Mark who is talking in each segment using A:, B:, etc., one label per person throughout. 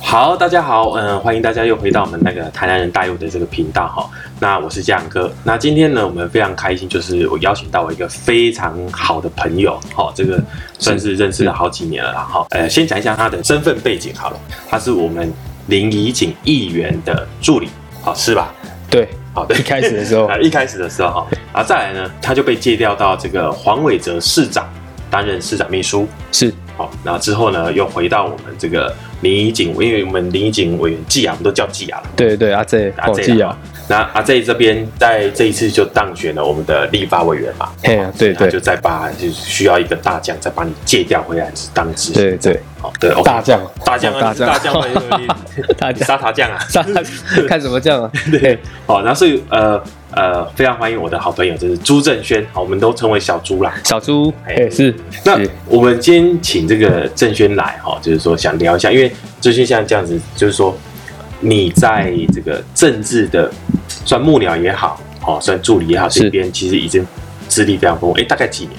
A: 好，大家好，嗯、欢迎大家又回到我们那个台南人大佑的这个频道哈。那我是江哥，那今天呢，我们非常开心，就是我邀请到我一个非常好的朋友，好、这个算是认识了好几年了啦，哈、呃，先讲一下他的身份背景好了，他是我们林怡景议员的助理，好、是吧？
B: 对，
A: 好的，
B: 一开始的 时候
A: 啊，一开始的时候哈，啊，再来呢，他就被借调到这个黄伟哲市长担任市长秘书，
B: 是
A: 好，然后之后呢，又回到我们这个林怡景，因为我们林怡景委员季雅，我们都叫季雅了。
B: 对对阿 J
A: 阿啊
B: 哦
A: J
B: 季雅，
A: 那阿 J 这边在这一次就当选了我们的立法委员嘛，
B: 嘿啊，对
A: 他就
B: 对
A: 再把就需要一个大将再把你借调回来当执行
B: 对对，
A: 好对哦
B: 大将
A: 大将啊
B: 大
A: 你是大将
B: 将
A: 嘛你你
B: 大
A: 你
B: 将
A: 沙茶酱啊，
B: 大将， 看什么 将啊？对，
A: 好，然后所以呃呃非常欢迎我的好朋友就是朱正轩，好，我们都称为小朱啦。
B: 小猪，哎是
A: 那
B: 是
A: 我们今天请这个郑轩来哈，就是说想聊一下，因为郑轩像这样子，就是说你在这个政治的算幕僚也好，哦，算助理也好，
B: 是
A: 这边其实已经资历非常丰富。哎，大概几年？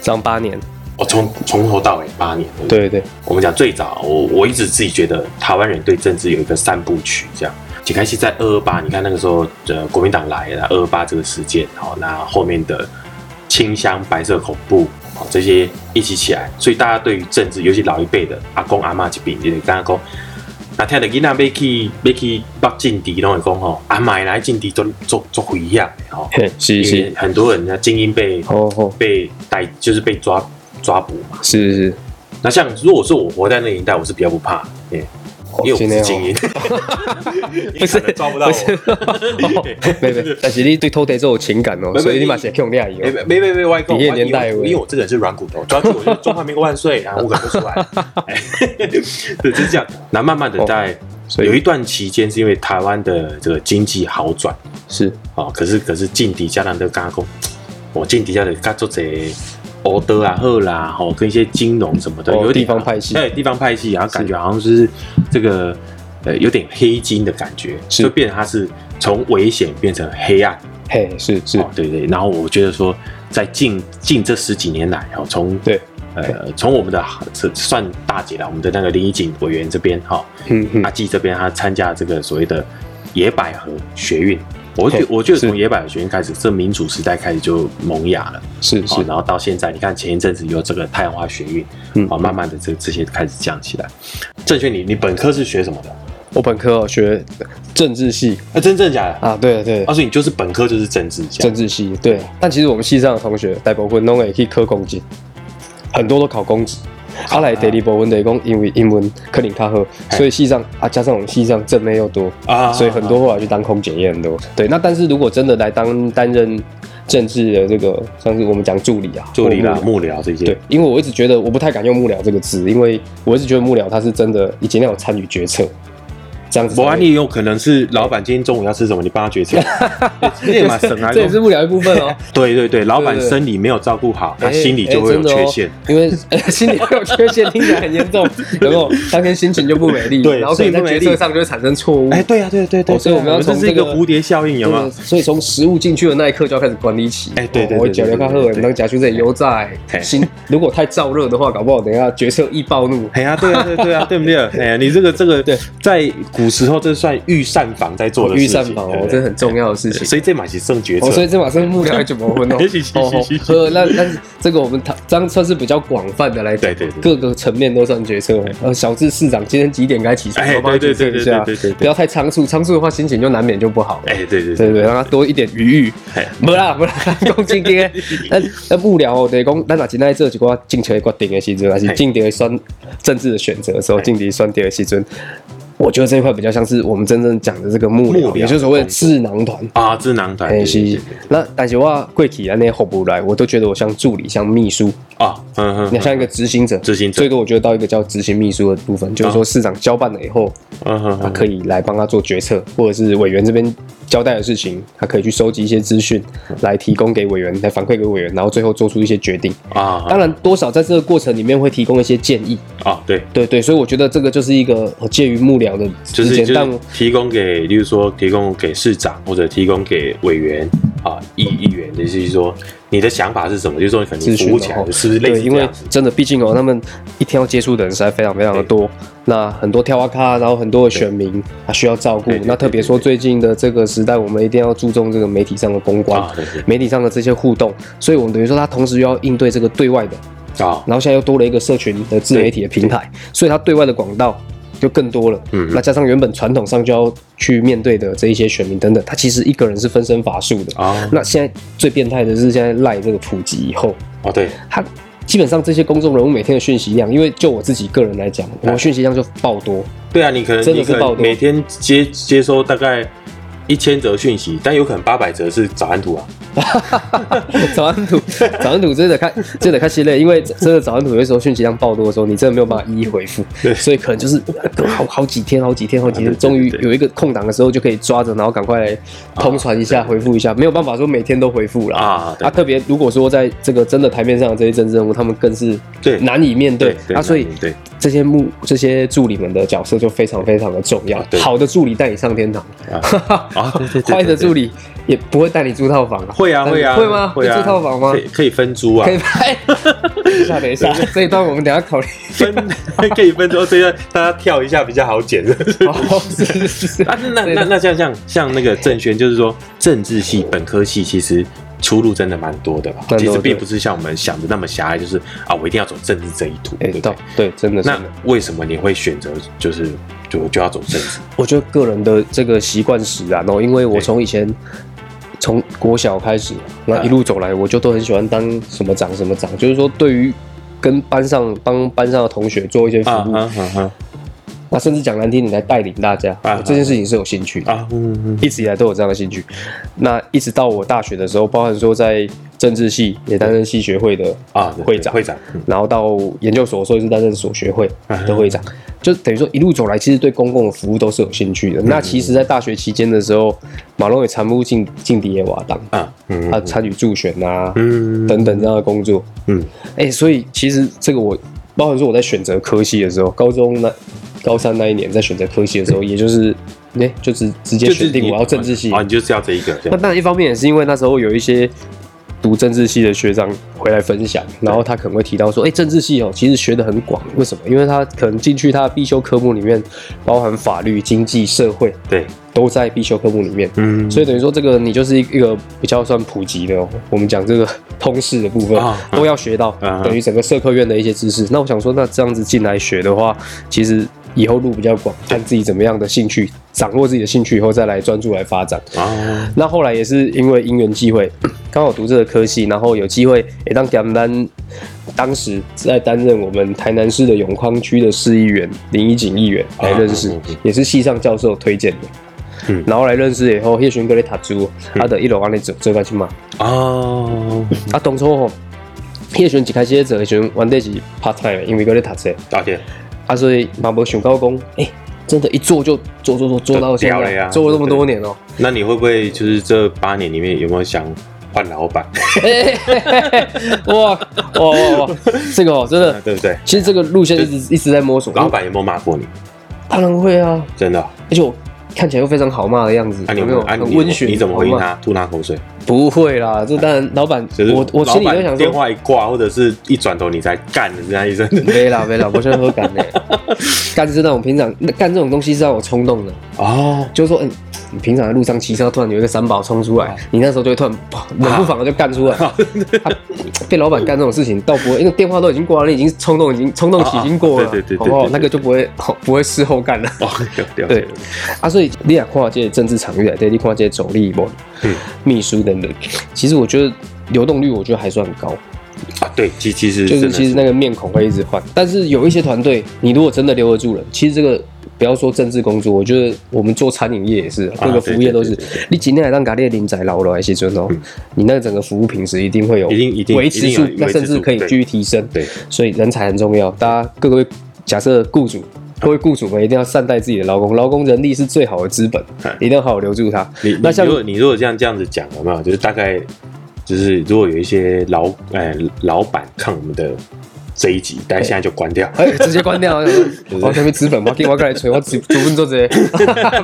B: 长八年，
A: 哦，从从头到尾八年。不，
B: 对对
A: 我们讲最早，我我一直自己觉得台湾人对政治有一个三部曲这样。解开始在二二八，你看那个时候，呃，国民党来了二二八这个事件，好、那后面的清乡白色恐怖，好、这些一起起来，所以大家对于政治，尤其老一辈的阿公阿妈这边，就是刚刚讲，那听到囡仔要去要去北政治，拢会讲吼，阿买来政治都做做危险的吼，
B: 嘿是
A: 因为
B: 是，
A: 很多人呢精英被
B: 哦哦
A: 被逮，就是被抓抓捕嘛。
B: 是是，
A: 那像如果说我活在那个年代，我是比较不怕，对，
B: 哦
A: 因为我不是精
B: 真的
A: 英，
B: 不是
A: 你可能抓不到
B: 不是
A: 我。
B: 哦没没，但是你对偷得这有情感哦
A: 没，
B: 所以
A: 没
B: 你马上用俩
A: 没
B: 油，
A: 没没没没外公，
B: 你那年代
A: 因为
B: 我
A: 我因为我这个人是软骨头，抓住我就中华民国万 岁，然后我可不出来。 哎对，就是这样。然后慢慢的在
B: 哦所以
A: 有一段期间，是因为台湾的这个经济好转
B: 是
A: 啊，可是可是进底下人都跟他讲，我进底下的干做这。欧德啊、赫啦，吼，跟一些金融什么的，
B: 哦
A: 有点
B: 地方派系
A: 对地方派系，然后感觉好像是这个呃有点黑金的感觉，
B: 是
A: 就变成它是从危险变成黑暗，
B: 嘿是是
A: 哦，，对对。然后我觉得说，在近近这十几年来，哦，从
B: 对，
A: 呃，从我们的这算大姐了，我们的那个林怡景委员这边哦哈，
B: 嗯嗯
A: 阿纪这边他参加这个所谓的野百合学运，我觉
B: 嘿
A: 我觉得
B: 是
A: 从野百合学运开始，这民主时代开始就萌芽了，
B: 是
A: 哦
B: 是，
A: 然后到现在，你看前一阵子有这个太阳花学运，
B: 嗯
A: 哦，慢慢的这这些开始降起来。郑轩，你你本科是学什么的？
B: 我本科哦学政治系
A: 啊，真正假的？
B: 啊，对对
A: 啊，。所以你就是本科就是政治这
B: 政
A: 样，
B: 治系对，但其实我们系上的同学大部分拢会去考公职，很多都考公职。啊，来第二部分就是讲，因为英文可能较好，
A: 嘿
B: 所以系上啊，加上我们系上正妹又多
A: 啊
B: 所以很多后来去当空姐也很多。对，那但是如果真的来当担任政治的这个，像是我们讲助理啊，
A: 助理啦、
B: 或
A: 幕僚这些。
B: 对，因为我一直觉得我不太敢用幕僚这个字，因为我一直觉得幕僚他是真的已经要有参与决策，这样子才
A: 我
B: 会。
A: 安利有可能是老板今天中午要吃什么，你帮他决 策，这也蛮省啊。
B: 这也是幕僚一部分 哦。
A: 对对对，老板
B: 对对
A: 生理没有照顾好，他
B: 哎
A: 心理就会有缺陷。
B: 哎真的哦因为心理会有缺陷，听起来很 严重，然后当天心情就不美丽，
A: 对
B: 然后可能
A: 所
B: 在
A: 以不美
B: 决
A: 丽
B: 策上就会产生错误。
A: 哎，对呀，对对对
B: 哦所以我们要
A: 这
B: 从
A: 是一
B: 这
A: 个
B: 个
A: 蝴蝶效应，有
B: 对
A: 吗？
B: 所以从食物进去的那一刻就要开始管理起。
A: 哎对对对
B: 哦我
A: 对
B: 脚流
A: 对
B: 开
A: 对
B: 喝，
A: 对
B: 能夹出这里悠哉
A: 嘿。
B: 哎心如果太燥热的话，搞不好等一下决策易暴怒。
A: 哎呀，对啊，对对啊，对 不对？哎呀，你这个这个
B: 对，
A: 在古时候这算御膳房在做的事
B: 御
A: 情，
B: 膳房
A: 对
B: 哦
A: 不，对
B: 这很重要的事情。
A: 所以这嘛是正决
B: 哦，所以
A: 策。
B: 这马上幕僚要怎么 分哦
A: 是是？是
B: 哦
A: 是是，
B: 呃，那那这个我们谈这样算是比较广泛的来讲
A: 对对对
B: 各个层面都算决策哦。呃，小至市长今天几点该起床
A: 哎，
B: 都帮他
A: 对
B: 决
A: 对
B: 策
A: 对
B: 一下
A: 对对对对对，
B: 不要太仓促，仓促的话心情就难免就不好了。
A: 哎，对对
B: 对
A: 对，
B: 对，让他多一点余裕
A: 哎。
B: 不啦不啦，讲 正经的，那那幕僚哦，就是讲，咱若真爱做一寡政策的决定的时阵，还是
A: 哎
B: 政敌选政治的选择的时候，政敌选择的时阵，我觉得这一块比较像是我们真正讲的这个幕
A: 幕
B: 僚，
A: 僚
B: 也就是所谓的智囊团。
A: 啊，智囊团
B: 哎
A: 对对
B: 是
A: 对，
B: 那但是我过去安尼服务来，我都觉得我像助理，像秘书，
A: 啊，嗯哼
B: 你，像一个执行者，
A: 执行者
B: 最多我觉得到一个叫执行秘书的部分，就是说市长交办了以后，
A: 嗯哼
B: 他
A: 嗯哼，
B: 可以来帮他做决策，
A: 嗯
B: 或者是委员这边交代的事情，他可以去收集一些资讯，来提供给委员，来反馈给委员，然后最后做出一些决定。
A: 啊
B: 当然，多少在这个过程里面会提供一些建议，
A: 啊，对，
B: 对对，所以我觉得这个就是一个呃介于幕僚的
A: 就
B: 之
A: 是
B: 间，
A: 就
B: 但
A: 是提供给，例如说提供给市长或者提供给委员啊、议议员，就是说你的想法是什么？就是说你可能
B: 咨
A: 服务
B: 询
A: 起
B: 的
A: 来
B: 话，
A: 是不是类
B: 对，
A: 似
B: 因
A: 这
B: 为
A: 样子？
B: 真的，毕竟哦，他们一天要接触的人实在非常非常的多，那很多跳蛙咖，然后很多的选民啊需要照顾
A: 对对。对
B: 那特别说最近的这个时代，我们一定要注重这个媒体上的公关
A: 啊对对，
B: 媒体上的这些互动，所以我们等于说，他同时又要应对这个对外的，
A: 啊，
B: 然后现在又多了一个社群的自媒体的平台，所以它对外的广道就更多了。
A: 嗯
B: 那加上原本传统上就要去面对的这一些选民等等，他其实一个人是分身乏术的。
A: 哦
B: 那现在最变态的是现在赖这个普及以后，
A: 哦，对，
B: 他基本上这些公众人物每天的讯息量，因为就我自己个人来讲，我讯息量就爆 多。
A: 对啊，你可能
B: 真的
A: 你可
B: 是爆
A: 能
B: 多
A: 每天接接收大概一千则讯息，但有可能八百则是早安图啊。
B: 早安图，早安图真的看真的看系列，因为真的早安图有时候讯息量爆多的时候，你真的没有办法一一回复
A: 对，
B: 所以可能就是呃好好几天、好几天、好几
A: 啊对
B: 天，
A: 对
B: 终于
A: 对对
B: 有一个空档的时候就可以抓着，然后赶快来通传一下、回复一下，没有办法说每天都回复了
A: 啊对
B: 啊，特别如果说在这个真的台面上的这些政治人物，他们更是
A: 对
B: 难以面
A: 对
B: 对
A: 对
B: 啊，所以
A: 难以对
B: 这些幕这些助理们的角色就非常非常的重要
A: 啊对，
B: 好的助理带你上天堂。
A: 啊 啊对对对对
B: 坏
A: 对
B: 的助理也不会带你住套房啊，
A: 会啊
B: 但
A: 会啊
B: 会吗？
A: 会啊，
B: 住套房吗
A: 可？以可以分租啊
B: 可，以拍。 等一下，等一下，这一段我们等一下考虑。
A: 分 可以分租，这样大家跳一下比较好剪。是不是
B: 哦，是是是是
A: 啊，那那那像像像那个郑轩，就是说政治系本科系其实出路真的蛮多的啦，
B: 蛮多
A: 其实
B: 对
A: 并不是像我们想的那么狭隘，就是啊，我一定要走政治这一途，
B: 哎
A: 对，不
B: 到
A: 对？
B: 对，真的是
A: 那。为什么你会选择就是就就要走政治？
B: 我觉得个人的这个习惯使然哦，因为我从以前从国小开始，
A: 嗯
B: 那一路走来，我就都很喜欢当什么长什么长，就是说对于跟班上帮班上的同学做一些服
A: 啊
B: 务，
A: 啊啊啊
B: 那甚至讲难听，你来带领大家
A: 啊，
B: 我这件事情是有兴趣的。
A: 啊！嗯嗯
B: 一直以来都有这样的兴趣。那一直到我大学的时候，包含说在政治系也担任系学会的
A: 啊，对
B: 会长，
A: 会长，嗯
B: 然后到研究所的时候也是担任所学会的会长，就等于说一路走来，其实对公共的服务都是有兴趣
A: 嗯
B: 的。那其实，在大学期间的时候，马龙也参入进进迪耶瓦当，
A: 啊，嗯
B: 他参与助选啊、
A: 嗯
B: 等等这样的工作。
A: 嗯
B: 哎、所以其实这个我，包含说我在选择科系的时候，高中那高三那一年在选择科系的时候，也就是哎、就直直
A: 嗯
B: 接
A: 就是
B: 选定
A: 你
B: 我要政治系。
A: 啊，你就是要这一个，这
B: 那
A: 样
B: 当然，一方面也是因为那时候有一些读政治系的学长回来分享，然后他可能会提到说，哎、政治系哦，其实学的很广，为什么？因为他可能进去他的必修科目里面，包含法律、经济、社会
A: 对，
B: 都在必修科目里面。
A: 嗯，
B: 所以等于说，这个你就是一一个比较算普及的、哦，我们讲这个 通识的部分
A: 啊
B: 都要学到，
A: 啊
B: 等于整个社科院的一些知识。那我想说，那这样子进来学的话，其实以后路比较广，看自己怎么样的兴趣，掌握自己的兴趣以后再来专注来发展。
A: 啊，
B: 那后来也是因为因缘际会， 刚好读这个科系，然后有机会也当简单，当时在担任我们台南市的永康区的市议员林怡景议员来认识，
A: 啊嗯嗯嗯
B: 也是系上教授推荐的。
A: 嗯
B: 然后来认识以后，叶勋哥咧读书，他的一路安尼做做下去嘛。
A: 哦，
B: 啊，当初吼，叶勋一开始在做的时候，原底是 part time，的因为个咧读册，
A: 大姐，
B: 啊，所以嘛无想到讲，诶、真的，一做就做做做做到现
A: 就掉了呀
B: 在，做了这么多年哦、
A: 那你会不会就是这八年里面有没有想换老 板？
B: 嘿嘿嘿嘿 哇哇哇哇！这个哦，真的，
A: 对不对？
B: 其实这个路线一直一直在摸索。
A: 老板有没有骂过你？
B: 当然会啊，
A: 真的哦？
B: 而且我看起来又非常好骂的样子，
A: 啊，你
B: 有
A: 有没
B: 没有
A: 有？啊，
B: 很
A: 你有
B: 温
A: 没有
B: 驯？
A: 你怎么回应
B: 好
A: 他？
B: 骂？
A: 吐他口水？
B: 不会啦，这 当然，老板
A: 就是，
B: 我我
A: 老
B: 心里就
A: 板
B: 想
A: 电
B: 说，
A: 话一挂，或者是一转头你才干人家一声。
B: 没啦没啦，我现在喝干呢，干是那种平常干这种东西是让我冲动的，
A: 哦，
B: 就是说，嗯，你平常在路上骑车，突然有一个三宝冲出
A: 哦
B: 来，你那时候就会突然 啪冷不防的就干 出来。啊被老板干这种事情倒不会，因为电话都已经挂了，你已经冲动，已经冲动期已经过
A: 啊啊
B: 了，
A: 对对对
B: 好不好
A: 对对对
B: 那个就不会 好不会事后干了。
A: 哦，了解了解
B: 对啊，所以你也跨界政治场域来对，你跨界走立博、
A: 嗯
B: 秘书等等，其实我觉得流动率我觉得还算高，
A: 啊，对，其其实
B: 就
A: 真
B: 是
A: 的
B: 其实那个面孔会一直换，但是有一些团队，你如果真的留得住人，其实这个不要说政治工作，我觉得我们做餐饮业也是，啊各个服务业都是
A: 啊对对，嗯
B: 你今天让咖喱林仔老了还是尊哦，你那个整个服务品质一定会有
A: 一定一定
B: 维持
A: 一
B: 住
A: 定有，
B: 那
A: 维持
B: 甚至
A: 住
B: 可以
A: 对
B: 继续提升。
A: 对
B: 所以人才很重要。大家各位假设雇主。各位雇主们一定要善待自己的劳工，劳工人力是最好的资本
A: 哎，
B: 一定要好好留住他
A: 你。
B: 那
A: 你
B: 像
A: 如果你如果这样这样子讲有没有？就是大概就是如果有一些老哎、老板看我们的这一集，但现在就关掉。
B: 哎，直接关 掉，我这边哦资本，我给我过来吹，我只主分做这，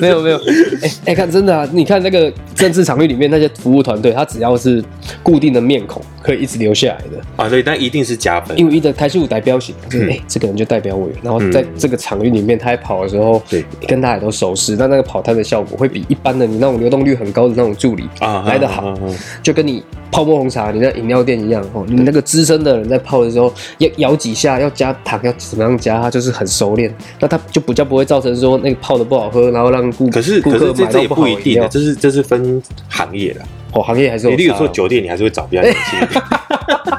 B: 没有没有，哎哎，看真的啊，你看那个政治场域里面那些服务团队，他只要是固定的面孔，可以一直留下来的，
A: 啊，对，但一定是加分。
B: 因为一的台式舞代表型，就是哎，这个人就代表我，然后在这个场域里面，他在跑的时候，
A: 对
B: 跟大家也都熟识，那那个跑摊的效果会比一般的你那种流动率很高的那种助理
A: 啊
B: 来的
A: 啊
B: 好
A: 啊啊啊，
B: 就跟你泡沫红茶，你在饮料店一样哦，你那个资深的人在泡的时候，要摇几下，要加糖，要怎么样加，他就是很熟练，那他就比较不会造成说那个泡的不好喝，然后让顾
A: 可是
B: 顾
A: 可
B: 客
A: 是这
B: 买
A: 这
B: 到
A: 也
B: 不好
A: 不一
B: 的饮
A: 定的，
B: 料。
A: 这是这是分行业的。
B: 哦，行业还是
A: 你
B: 有
A: 例如
B: 差
A: 说
B: 哦
A: 酒店，你还是会找比较年轻一点。，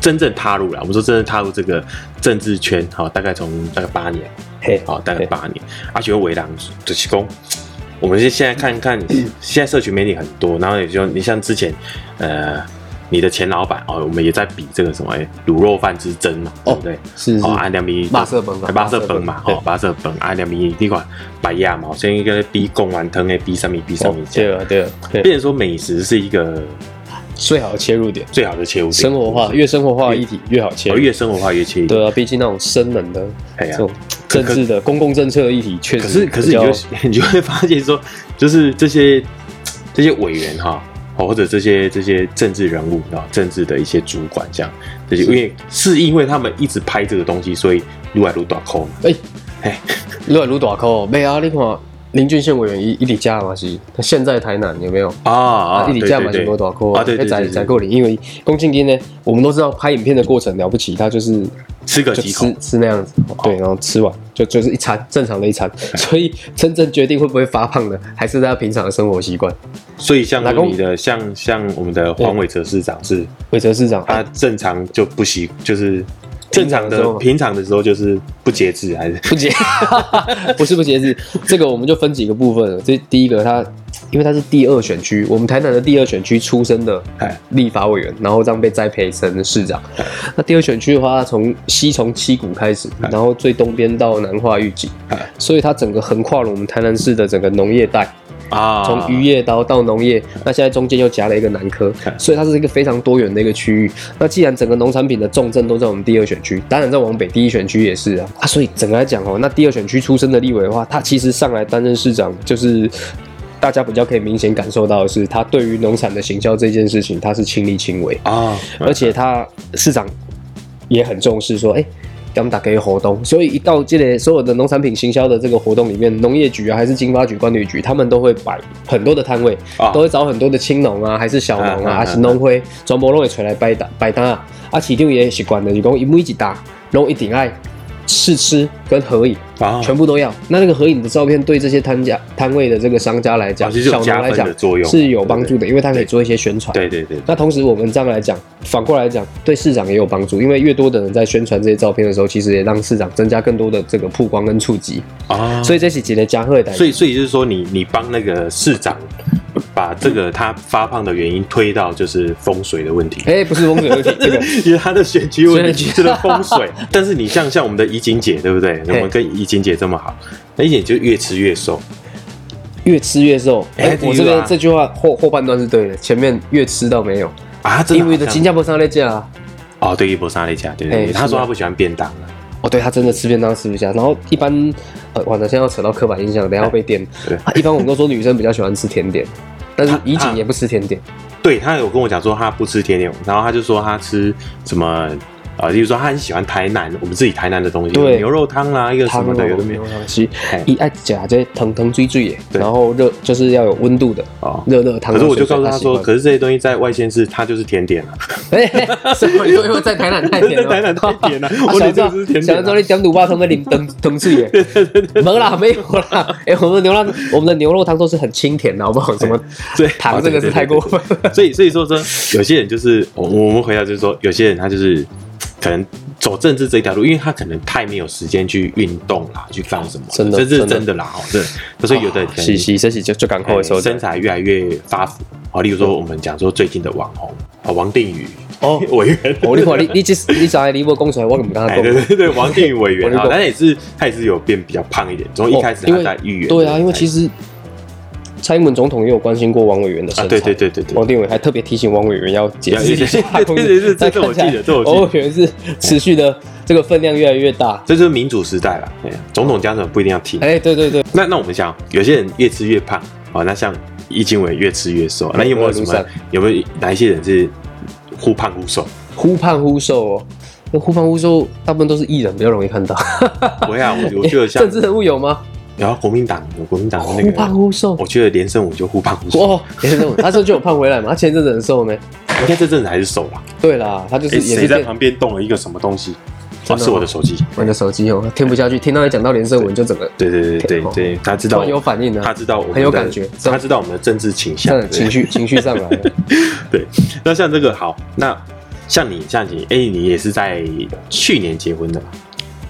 A: 真正踏入了，我们说真正踏入这个政治圈，好，大概从大概八年，
B: 嘿，
A: 好，哦大概八年。阿学维郎就是公，我们是现在看看，现在社群媒体很多，然后也就你像之前，呃，你的前老板哦，我们也在比这个什么哎卤肉饭之争嘛，对不对？
B: 是是
A: 哦，安良米
B: 肉色饭啊
A: 八色本嘛，
B: 肉色饭
A: 哦，八色本，安良米你看白亚嘛，所以跟比贡丸汤诶，比什么比什
B: 哦
A: 么，这样
B: 对啊对啊，对
A: 变成说美食是一个
B: 最好的切入点，
A: 最好的切入点，
B: 生活化，越生活化的议题越好切
A: 哦
B: 入。
A: 越生活化越切入点。
B: 对啊，毕竟那种生冷的
A: 哎呀
B: 这种政治的公共政策的议题，确
A: 可
B: 实
A: 是可是你
B: 比较
A: 就你就会 发现说，就是这些这些委员哈，哦或者这些这些政治人物啊，政治的一些主管这样，这些因为是因为他们一直拍这个东西，所以撸来撸短扣嘛。
B: 哎
A: 哎，
B: 撸来撸大口，没啊，你看林俊宪委员一一底价嘛是，他现在台南有没有？
A: 啊啊
B: 一底价嘛，
A: 对
B: 是
A: 对
B: 多大口
A: 啊对对对
B: 宰
A: 对
B: 宰够你，因为龚庆金呢，我们都知道拍影片的过程了不起，他就是
A: 吃个
B: 就
A: 几口
B: 吃，吃那样子，对，然后吃完就就是一餐正常的一餐，所以真正决定会不会发胖的，还是他平常的生活习惯。
A: 所以像
B: 哪公
A: 你的像像我们的黄伟哲市长是，
B: 韦哲市长，
A: 他正常就不习就是。正常
B: 平常的时
A: 的
B: 候吗
A: 平常的时候就是不节制，还是
B: 不 节，不是不节制，这个我们就分几个部分了。这第一个他，因为他是第二选区，我们台南的第二选区出生的
A: 哎
B: 立法委员，然后这样被栽培成市长。那第二选区的话，他从西从七股开始，然后最东边到南化预警
A: 哎，
B: 所以它整个横跨了我们台南市的整个农业带。
A: 啊
B: 从渔业到到农业，那现在中间又夹了一个南科，所以它是一个非常多元的一个区域。那既然整个农产品的重镇都在我们第二选区，当然再往北第一选区也是啊啊，所以整个来讲哦，那第二选区出身的立委的话，他其实上来担任市长就是。大家比较可以明显感受到的是，他对于农产的行销这件事情，他是亲力亲为。
A: 啊，
B: 而且他市长也很重视说，哎、咱们打给活动，所以一到这类所有的农产品行销的这个活动里面，农业局啊，还是经发局、关旅局，他们都会摆很多的摊位，
A: 啊
B: 都会找很多的青农啊，还是小农
A: 啊啊
B: 啊，
A: 啊
B: 还是农会，全部拢会出来摆摊摆摊啊。啊，市长也习惯的，就是讲伊每一打拢一定爱试吃跟合影。
A: 啊
B: 全部都要。那那个合影的照片对这些摊家摊位的这个商家来
A: 啊
B: 讲，
A: 其实有
B: 小
A: 加
B: 农来
A: 分
B: 讲
A: 的作用啊
B: 是有帮助的，因为它可
A: 对
B: 以做一些宣传。
A: 对对对，
B: 那同时，我们这样来讲，反过来讲，对市长也有帮助，因为越多的人在宣传这些照片的时候，其实也让市长增加更多的这个曝光跟触及。
A: 啊，
B: 所以这是几年加贺的，
A: 所以，所以就是说你，你帮那个市长把这个他发胖的原因推到就是风水的问题，
B: 哎、不是风水问题，这个
A: 因为他的选区问题就
B: 选
A: 是风水。但是你像像我们的怡景姐，对不对？我
B: 嘿
A: 们跟怡景姐这么好，那怡景姐就越吃越瘦，
B: 越吃越瘦。哎、
A: 哎
B: 我
A: 这
B: 这
A: 个
B: 边
A: 啊
B: 这句话后后半段是对的，前面越吃到没有，
A: 啊，真的
B: 因
A: 好
B: 为的
A: 像
B: 新加坡上来讲啊，
A: 哦，对，一波沙利加，对对
B: 嘿
A: 对，
B: 是啊
A: 他说
B: 吧
A: 他不喜欢便当
B: 哦，对他真的吃便当吃不下，然后一般呃，完了现在要扯到刻板印象，等一下要被电
A: 对。啊
B: 啊一般我们都说女生比较喜欢吃甜点，但是怡景也不吃甜点，
A: 对他有跟我讲说他不吃甜点，然后他就说他吃什么啊，例如说他很喜欢台南，我们自己台南的东西，
B: 对
A: 牛肉汤啦，一个什
B: 汤
A: 么的，有的没有
B: 牛。汤汁
A: 嘿，
B: 一爱加这腾腾追追耶，
A: 对
B: 然后热就是要有温度的
A: 哦
B: 热热汤。
A: 可是我就告诉他说，
B: 水
A: 可是这些东西在外县市，它就是甜点 啊，
B: 水他喜欢，哎，什么又又在台南太甜
A: 在
B: 了，，
A: 台 南太甜了、啊 我觉
B: 想知
A: 得
B: 道
A: 这是甜，
B: 想
A: 点、
B: 知道
A: 啊。
B: 你点卤肉汤在淋灯灯碎耶？没啦，没有啦。哎，我们的牛肉我们的牛肉汤都是很清甜的，好不好？什么
A: 对
B: 糖这个是太过分。
A: 所以所以说这有些人就是我我们回到就是说，有些人他就是可能走政治这一条路，因为他可能太没有时间去运动啦，去放什么，
B: 真的
A: 这是
B: 真的啊
A: 真的啦，哦，真的。所以有的人可能
B: 洗洗洗洗就就赶快的时候
A: 哎，身材越来越发福。好，例如说我们讲说最近的网红啊，王定宇
B: 哦
A: 委员，
B: 我你看你你这你上来你我讲出来，我怎么跟他
A: 哎，
B: 讲
A: 对？对对，王定宇委
B: 我
A: 员
B: 就
A: 啊，
B: 懂
A: 但也是他也是有变比较胖一点，从一开始
B: 哦因
A: 他
B: 为
A: 在议员，
B: 对啊，因为其
A: 实
B: 实蔡英文总统也有关心过王委员的
A: 啊，
B: 身材。
A: 对对对对对，
B: 王哦定伟还特别提醒王委员要节 制一下
A: 对对对对对这这我记得这我记得
B: 王委员哦是持续的这个分量越来越大。
A: 这就是民主时代了，哎，总统家长不一定要听。
B: 哎，对对对，
A: 那那我们想，有些人越吃越胖，哦，那像易经伟越吃越瘦，
B: 哎
A: 那有没有什
B: 我在
A: 么
B: 路？
A: 有没有哪一些人是忽胖忽 瘦？
B: 忽胖忽瘦哦。那忽胖忽瘦，大部分都是艺人比较容易看到。
A: 不会啊，我我觉得像
B: 政，治人物有吗？
A: 然后国民党，有国民党的
B: 忽
A: 那
B: 胖
A: 个，
B: 忽瘦。
A: 我觉得连胜武就忽胖忽瘦，
B: 哦，也是这种，他这就有胖回来嘛？他前阵子很瘦呢。
A: 应该这阵子还是瘦吧？
B: 对啦，他就是
A: 哎，
B: 也
A: 谁
B: 是
A: 在
B: 变。
A: 旁边动了一个什么东西？
B: 真
A: 哦，
B: 的
A: 是我
B: 吗
A: 的手机。
B: 我的手机哦，听不下去，听到你讲到连胜文就整个
A: 对对对对
B: 哦
A: 对，他知
B: 突
A: 道
B: 然有反应
A: 他
B: 了，
A: 知道我们
B: 啊很有
A: 的
B: 感觉
A: 他知道我们的政治倾向
B: 像，情绪情绪上来了。
A: 对，那像这个好，那像你像你，哎、你也是在去年结婚的嘛？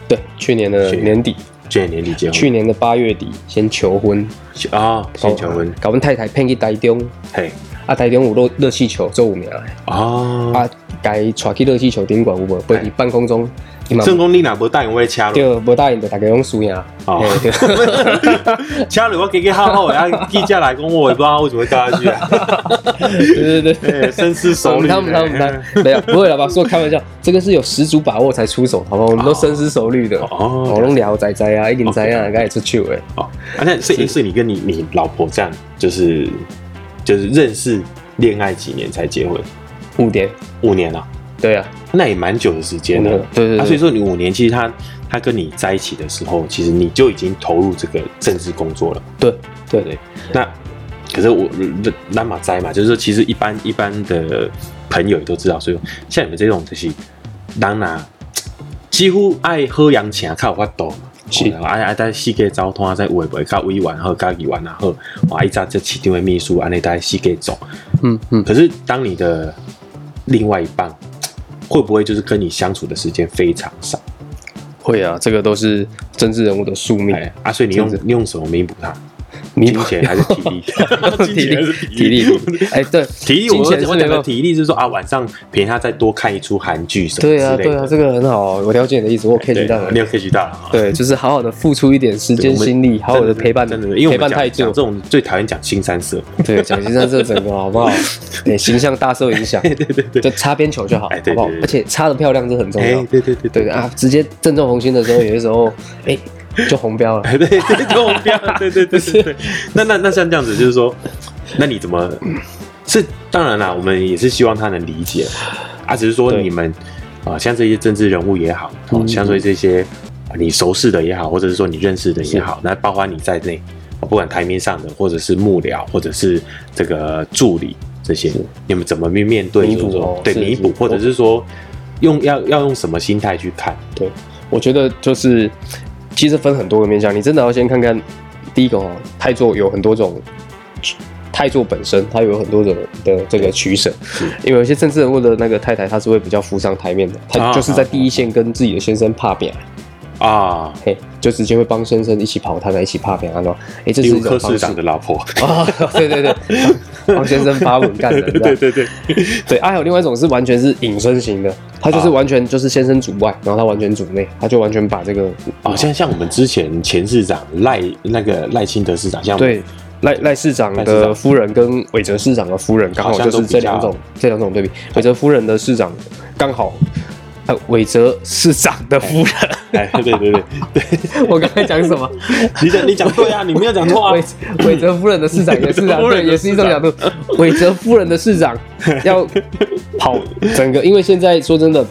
B: 对，去年的
A: 去年
B: 年底，
A: 去年年底结婚，
B: 去年哦的八月底先求婚，
A: 啊、先求婚，
B: 搞阮太太骗去台中，
A: 嘿，
B: 啊台中有热热气球做有名的，
A: 哦，
B: 啊家带去热气球顶馆有无？飞伫半空中，伊嘛
A: 正宫你若无答应我掐 了，
B: 对，无答应就大家拢输赢。
A: 哦
B: 嘿对
A: 掐了我给给好好的，然后记下来讲，我也不知道为什么会掉下去、 啊，
B: 对对对。
A: 哎深思熟
B: 我
A: 虑。
B: 们他们他们
A: 哎
B: 他没有不会了吧？说开玩笑，这个是有十足把握才出手，好不好？我们都深思熟虑的。
A: 哦
B: 我拢聊仔仔啊，一定仔啊，该出去诶。
A: 哦，啊，那所以是你跟你你老婆这样，就是就是认识恋爱几年才结婚，
B: 五点，
A: 五年了、
B: 对啊，
A: 那也蛮久的时间
B: 五
A: 了
B: 年。，对
A: 啊，
B: 对
A: 所以
B: 对。
A: 说你五年，其实他他跟你在一起的时候，其实你就已经投入这个政治工作了，
B: 对
A: 对不对？那可是我那马栽嘛，就是说其实一般一般的朋友也都知道，所以像你们这种就是当然几乎爱喝洋钱靠法度嘛。
B: 是
A: 哦啊啊！在四界走摊，在会袂较委员好，较议员啊好，哇！一早这市场的秘书安尼在四界走，
B: 嗯嗯，
A: 可是当你的另外一半会不会就是跟你相处的时间非常少？
B: 会啊，这个都是政治人物的宿命。
A: 哎啊，所以你用你用什么弥补它？
B: 弥
A: 金
B: 补？
A: 钱还是体力 金钱还是
B: 体力，体 力哎，对，
A: 体力，我
B: 金钱是
A: 我讲
B: 没
A: 的
B: 办法。
A: 体力是说啊，晚上陪他再多看一出韩剧什么
B: 对啊，
A: 之类
B: 对啊，
A: 的。哎
B: 这个很好，我了解你的意思，我 catch 到了
A: 你。有 catch 到了啊。
B: 对，就是好好的付出一点时
A: 对，
B: 间、
A: 我们
B: 心力，好好的陪伴，
A: 真的，因为我
B: 陪
A: 们
B: 伴
A: 讲
B: 太
A: 讲
B: 久
A: 这。种最讨厌讲新三色。
B: 对，蒋先生这 整个好不好？对，形象大受影响。对对对，就擦边球就好，
A: 哎
B: 好
A: 对
B: 不好
A: 对？对
B: 而且擦的漂亮是很重
A: 哎
B: 要，。
A: 对对对
B: 对
A: 对，
B: 啊，直接正中红心的时候，有的时候哎就红标了。
A: 哎 对对对，我不要，对对对对对。那那那像这样子，就是说，那你怎么是？当然啦，我们也是希望他能理解啊，只是说
B: 对
A: 你们啊、像这些政治人物也好，哦
B: 嗯
A: 像说这些啊你熟识的也好，或者是说你认识的也好，那包括你在内，哦不管台面上的，或者是幕僚，或者是这个助理这些，你们怎么面面对？
B: 弥
A: 就是
B: 补
A: 说
B: 哦
A: 对
B: 是
A: 弥补
B: 是，
A: 或者是说用要要用什么心态去看？
B: 对，我觉得就是其实分很多个面向，你真的要先看看第一个哦，泰座有很多种。泰座本身，它有很多种的这个取舍，因为有些政治人物的那个太太，她是会比较浮上台面的，她
A: 啊
B: 就是在第一线跟自己的先生怕扁，
A: 啊，
B: 嘿，就直接会帮先生一起跑摊啊，一起怕扁啊，然后，哎，这是
A: 例如
B: 一
A: 柯
B: 种
A: 市
B: 方式
A: 长的老婆，
B: 啊、 对对对，帮先生发文干的，对
A: 对对对，
B: 对，啊还有另外一种是完全是隐身型的，他就是
A: 啊
B: 完全就是先生主外，然后他完全主内，他就完全把这个
A: 哦，像像我们之前前市长赖那个赖清德市长，像我们
B: 对赖赖市长
A: 赖市
B: 的
A: 长
B: 夫人跟韦哲市长的夫人刚好
A: 好像
B: 就是
A: 都比
B: 这两
A: 较
B: 种这两种对比，韦哲夫人的市长刚好。呃，韦哲市长的夫人，
A: 哎，对对对对，
B: 我刚才讲什 么？
A: 你讲你讲对啊，你没有讲错啊
B: 韦。韦哲夫人的市长也是啊，
A: 韦哲夫人
B: 对，
A: 的
B: 也是一种
A: 市
B: 角
A: 长
B: 度。 韦哲夫人的市长要跑整个，因为现在说真的，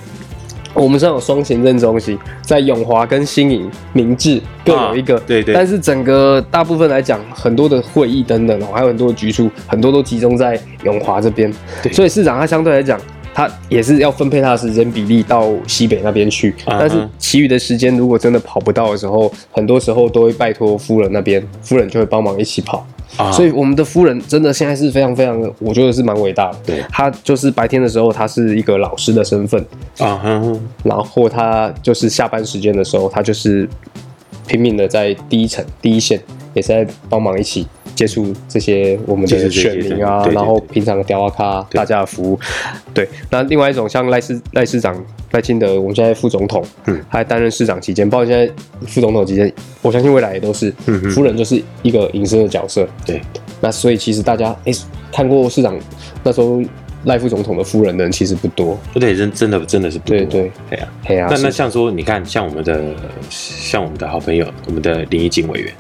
B: 我们上有双行政中心，在永华跟新营、明治各有一个，
A: 啊对对
B: 但是整个大部分来讲，很多的会议等等哦，还有很多的局处，很多都集中在永华这边，
A: 对
B: 所以市长他相对来讲。他也是要分配他的时间比例到西北那边去，
A: 嗯哼
B: 但是其余的时间如果真的跑不到的时候，很多时候都会拜托夫人那边，夫人就会帮忙一起跑。
A: 啊，
B: 所以我们的夫人真的现在是非常非常，我觉得是蛮伟大的。
A: 对
B: 她就是白天的时候，她是一个老师的身份，
A: 啊哼哼，
B: 然后他就是下班时间的时候，他就是拼命的在第一层、第一线，也是在帮忙一起接触这些我们
A: 接触
B: 的
A: 这些
B: 选民啊，
A: 对对对
B: 然后平常的雕啊咖
A: 对
B: 大家的服务。对，那另外一种像赖市赖市长赖清德，我们现在副总统，
A: 嗯，
B: 他在担任市长期间，包括现在副总统期间，我相信未来也都是，
A: 嗯嗯
B: 夫人就是一个隐身的角色，
A: 对，
B: 那所以其实大家诶、看过市长那时候赖副总统的夫人的人其实不多，
A: 不对，真真的真的是不多
B: 对对，
A: 对啊。
B: 嘿啊，
A: 那
B: 是
A: 那像说，你看，像我们的像我们的好朋友，我们的林义景委员，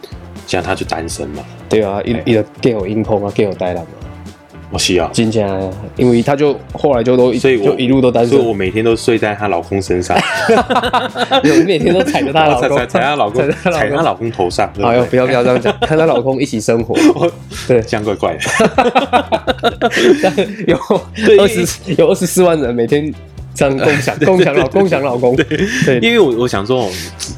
A: 像他就单身嘛，
B: 对啊，伊
A: 哎
B: 伊就皆有硬碰啊，皆有呆人啊，
A: 我需要，
B: 真正啊，因为他就后来就都
A: 所以我
B: 就一路都单身
A: 所以，我每天都睡在她老公身上，
B: 有每天都踩着她的老
A: 踩
B: 公
A: 踩，踩她老公，
B: 踩
A: 踩
B: 她
A: 她
B: 老
A: 老公头上，对
B: 公， 哎呦，
A: 不
B: 不要不要这样讲，跟她老公一起生活，
A: 对？
B: 对，
A: 这样怪怪的，
B: 有
A: 对
B: 二十有二十四万人每天这样共享共享老共享老公，对
A: 因为我我想说，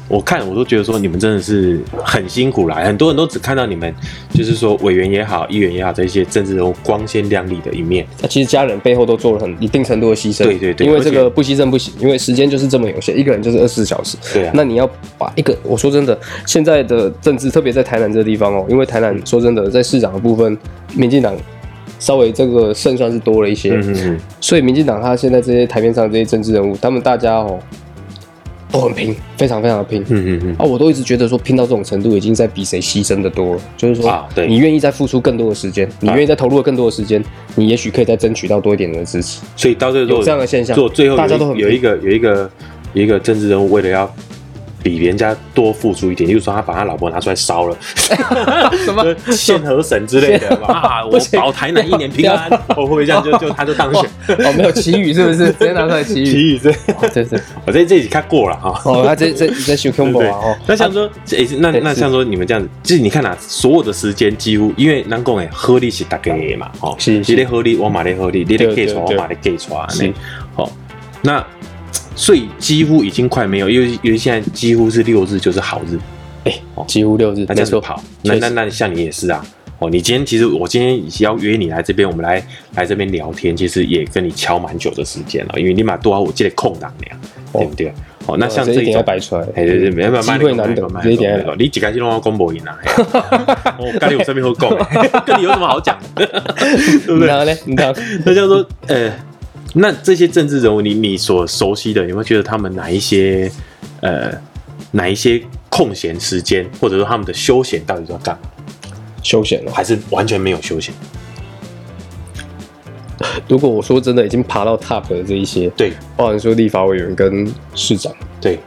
A: 我看我都觉得说你们真的是很辛苦啦，很多人都只看到你们就是说委员也好，议员也好，这些政治人物光鲜亮丽的一面，
B: 那其实家人背后都做了很一定程度的牺牲，
A: 对对对
B: 因为这
A: 而
B: 个不牺牲不行，因为时间就是这么有限，一个人就是二十四小时，
A: 对啊，
B: 那你要把一个，我说真的，现在的政治，特别在台南这个地方哦，因为台南
A: 嗯
B: 说真的，在市长的部分，民进党稍微这个胜算是多了一些，
A: 嗯嗯嗯，
B: 所以民进党他现在这些台面上的这些政治人物，他们大家哦都很拼，非常非常的拼。
A: 嗯嗯
B: 啊，我都一直觉得说拼到这种程度，已经在比谁牺牲的多了。就是说，
A: 啊对
B: 你愿意再付出更多的时间，你愿意再投入更多的时间，你也许可以再争取到多一点人的 支持。
A: 所以到最后
B: 有这样的现象
A: 做最后有一
B: 大家都很
A: 有一个有一个有一个政治人物为了要。比人家多付出一点，就是说他把他老婆拿出来烧了，
B: 什
A: 就？是献河神之类的
B: 献
A: 啊！
B: 不
A: 我
B: 行
A: 保台南一年平安，哦我会不会这样就就他就 当选？
B: 哦，没有奇遇是不是？直接拿出来奇遇。
A: 奇遇这，
B: 哦对对。
A: 我在这里看过了哈。
B: 哦，他这这这修 combo
A: 对
B: 啊，哦，
A: 那像说，诶、那
B: 对
A: 那
B: 是
A: 像说你们这样子，就是你看啊，所有的时间几乎，因为咱讲诶，合理是大家的嘛，吼、
B: 是
A: 你咧合理，我嘛咧合理，你咧
B: 对
A: gay
B: 对
A: 出，我
B: 对
A: 嘛咧 gay 出，
B: 是
A: 呢，好、哦那所以几乎已经快没有，因为因为现在几乎是六日就是好日，哦
B: 几乎六日，
A: 那这
B: 没
A: 样子
B: 错，
A: 跑，那
B: 确
A: 那
B: 实
A: 那像你也是啊。哦，你今天其实我今天要约你来这边，我们来来这边聊天，其实也跟你敲蛮久的时间了，因为你嘛多少我记得空档呢，对不对？哦，那像
B: 这啊一
A: 种
B: 点要摆出来，
A: 哎，对对，没办
B: 机
A: 法，
B: 会难得，这一点要摆。
A: 你一开始拢我讲无赢啊， 我跟你有什么好讲的？跟你有什么好讲的？ 对不
B: 你
A: 对？
B: 当呢？你当
A: 那叫做呃，那这些政治人物，你你所熟悉的，有没有觉得他们哪一些呃哪一些空闲时间，或者说他们的休闲到底都要干嘛？
B: 休闲哦了。
A: 还是完全没有休闲？
B: 如果我说真的已经爬到 top 的这一些，
A: 对
B: 包含说立法委员跟市长，
A: 对，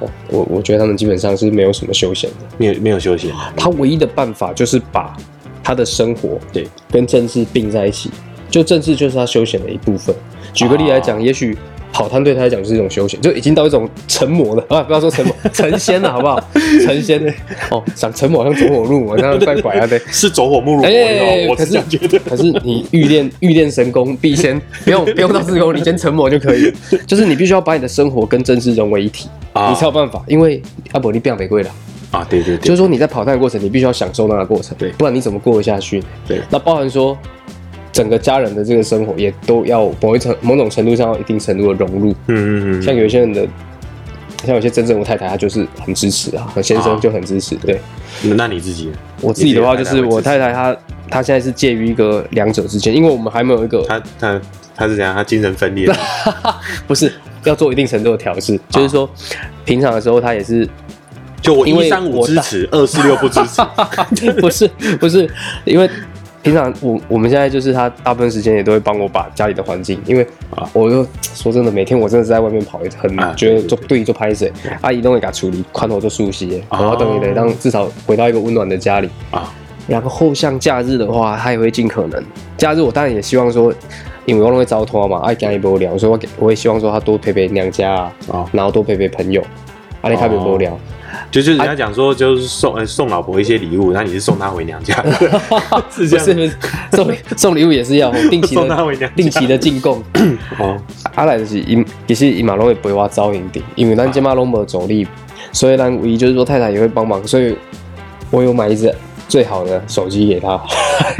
B: 哦我我觉得他们基本上是没有什么休闲的。
A: 没有没有休闲，啊
B: 他唯一的办法就是把他的生活
A: 对
B: 跟政治并在一起，就政治就是他休闲的一部分。举个例来
A: 哦
B: 讲，也许跑摊对他来讲就是一种休闲，就已经到一种成魔了啊！不要说成魔，成仙了，好不好？成仙哦，想成魔好像走火入魔，那样怪怪啊，对。
A: 是走火入魔，
B: 哎、
A: 你知道吗我
B: 可
A: 是这
B: 是
A: 样觉得。
B: 可是你欲练欲练神功，必先不用不用到自宫，你先成魔就可以了。就是你必须要把你的生活跟政治融为一体，
A: 啊
B: 你才有办法。因为阿伯你变玫瑰了，
A: 啊，对对
B: 就
A: 对
B: 是说你在跑探的过程，你必须要享受那个过程，
A: 对
B: 不然你怎么过得下去？
A: 对
B: 那包含说整个家人的这个生活也都要某一层某种程度上要一定程度的融入，
A: 嗯嗯嗯
B: 像有一些人的。像有些真正的太太，她就是很支持啊，和先
A: 啊
B: 生就很支持。对
A: 嗯，那你自己呢，
B: 我自己的话，
A: 你
B: 就
A: 自己
B: 是
A: 的
B: 我
A: 太
B: 太太她，她现在是介于一个两者之间，因为我们还没有一个
A: 他他他是怎样？他精神分裂 了。
B: 不是要做一定程度的调试，
A: 啊
B: 就是说平常的时候他也是
A: 就我
B: 因
A: 一
B: 为
A: 三五
B: 我
A: 支
B: 大
A: 持，二四六不支 持。
B: 不是不是，因为平常我我们现在就是他大部分时间也都会帮我把家里的环境，因为
A: 啊
B: 我就说真的，每天我真的是在外面跑，很
A: 啊
B: 觉
A: 对
B: 得
A: 对
B: 做对做拍水，阿姨都会给他处理，宽头做熟悉，
A: 哦
B: 然后等于得让至少回到一个温暖的家里。
A: 啊
B: 然后像假日的话，他也会尽可能。假日我当然也希望说，因为我拢会糟拖嘛，爱跟伊无聊，所以我给我也希望说他多陪陪娘家啊，
A: 哦，
B: 然后多陪陪朋友，安尼较袂无聊。
A: 就是
B: 啊
A: 人家讲说，就是送、呃送老婆一些礼物，那你是送她回娘家，是这
B: 不是
A: 样，
B: 不是 送送礼物也是要 哦定 期
A: 送她
B: 的
A: 回娘家。
B: 定期的进贡。
A: 哦，
B: 啊来就是伊，其实伊嘛拢会陪我走营地，因为咱今嘛拢无走力，所以咱唯一就是说太太也会帮忙，所以我有买一只最好的手机给她。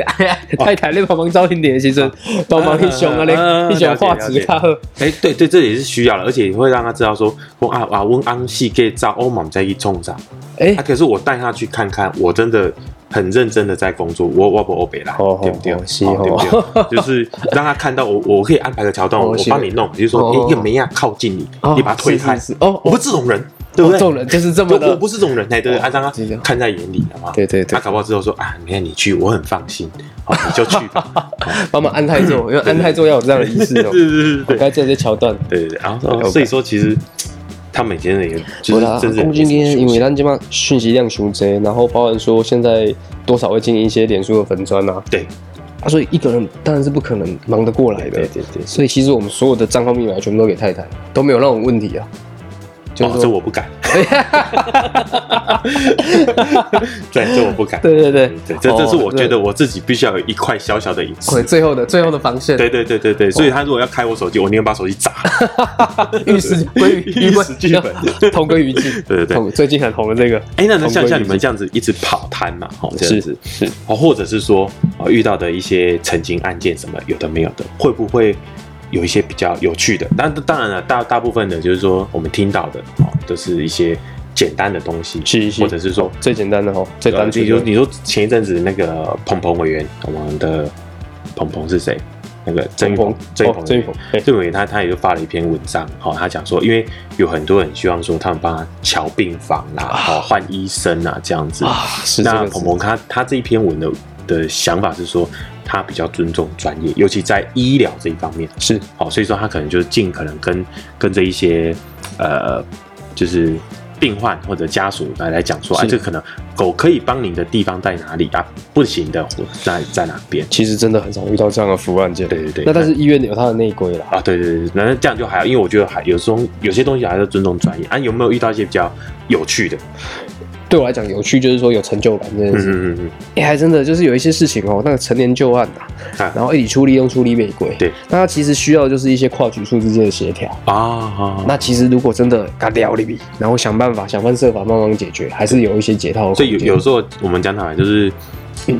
B: 太太咧帮忙走营地的时阵，帮忙一上啊咧，一上画质较好。
A: 哎、对对，这也是需要了，而且会让他知道说，我啊啊，温安系给照欧姆在去冲啥。
B: 哎
A: 啊，，可是我带他去看看，我真的很认真的在工作，我我不欧北啦，
B: 哦
A: 对不对？
B: 哦是
A: 哦对 不对？就是让他看到我，我可以安排个桥段，
B: 哦
A: 我
B: 是
A: 帮你弄，就是说，
B: 哦哦
A: 哎，一个梅亚靠近你，你把他推开
B: 是，是是哦，
A: 我不是这种人，对不对？
B: 这种人就是这么
A: 对我
B: 的
A: 不。是这种人，哎，对，
B: 哦
A: 啊，让他
B: 是这样
A: 看在眼里，好吗？
B: 对对对
A: 他搞不好之后说啊，没有你去，我很放心， 好，你就去吧。
B: 帮忙安泰座，因为安泰座要有这样的仪式 哦。
A: 对对对
B: 我
A: 对
B: 该做这些桥段。
A: 对对，然后
B: OK
A: 所以说其实他每天也就
B: 我
A: 是
B: 啦，
A: 真是
B: 公今天因为咱这边讯息量熊贼，然后包含说现在多少会经营一些脸书的粉砖啊，
A: 对
B: 啊，所以一个人当然是不可能忙得过来
A: 对
B: 的。
A: 对对对，
B: 所以其实我们所有的账号密码全部都给太太，都没有那种问题啊。就是
A: 哦，
B: 说
A: 这我不 敢，对，这我不敢。
B: 对对对
A: 对，这这是我觉得
B: 哦
A: 我自己必须要有一块小小的隐
B: 对对
A: 私。
B: 最后的最后的防线，
A: 对对对对
B: 哦
A: 对，所以他如果要开我手机，我宁愿把手机砸。
B: 玉石归于
A: 玉石 俱焚，
B: 同归于尽。
A: 对对对
B: 同最近很红的这个，
A: 哎，那能
B: 同归
A: 像像
B: 于
A: 你们
B: 尽
A: 这样子一直跑摊嘛？哦，这样子
B: 是是
A: 哦，或者是说呃遇到的一些曾经案件什么有的没有的，会不会有一些比较有趣的？那当然了，大大部分的就是说我们听到的哦，都是一些简单的东西，
B: 是是
A: 或者是说
B: 最简单的哦，最
A: 呃
B: 单
A: 你
B: 纯
A: 说
B: 的。
A: 你说前一阵子那个鹏鹏委员，我们的鹏鹏是谁？那个曾玉鹏
B: 鹏，
A: 曾玉
B: 哦
A: 鹏，
B: 曾玉鹏对
A: 郑伟他他也就发了一篇文章，好、他讲说，因为有很多人希望说他们帮他瞧病房啦，好、换医生啊这样子。
B: 啊，是这
A: 那
B: 个
A: 鹏
B: 字
A: 鹏他他这一篇文的的想法是说，他比较尊重专业，尤其在医疗这一方面，
B: 是
A: 好、所以说他可能就是尽可能跟跟这一些呃，就是病患或者家属来来讲说，哎、
B: 是
A: 这可能狗可以帮你的地方在哪里啊？不行的在在哪边？
B: 其实真的很少遇到这样的服务案件。
A: 对对对
B: 那但是医院有它的内规啦。
A: 啊，对对对，然后这样就还好，因为我觉得还有时候有些东西还是要尊重专业啊。有没有遇到一些比较有趣的？
B: 对我来讲，有趣就是说有成就感这件
A: 嗯
B: 事。
A: 嗯嗯
B: 哎、还真的就是有一些事情哦，那个陈年旧案啊，
A: 嗯，啊
B: 然后一起出力用出力玫瑰。
A: 对，
B: 那它其实需要的就是一些跨局处之间的协调。
A: 啊啊，
B: 那其实如果真的嘎聊里比，然后想办法想方设法帮忙解决，还是有一些解套的空
A: 所
B: 间。
A: 以有有时候我们讲坦白， 就是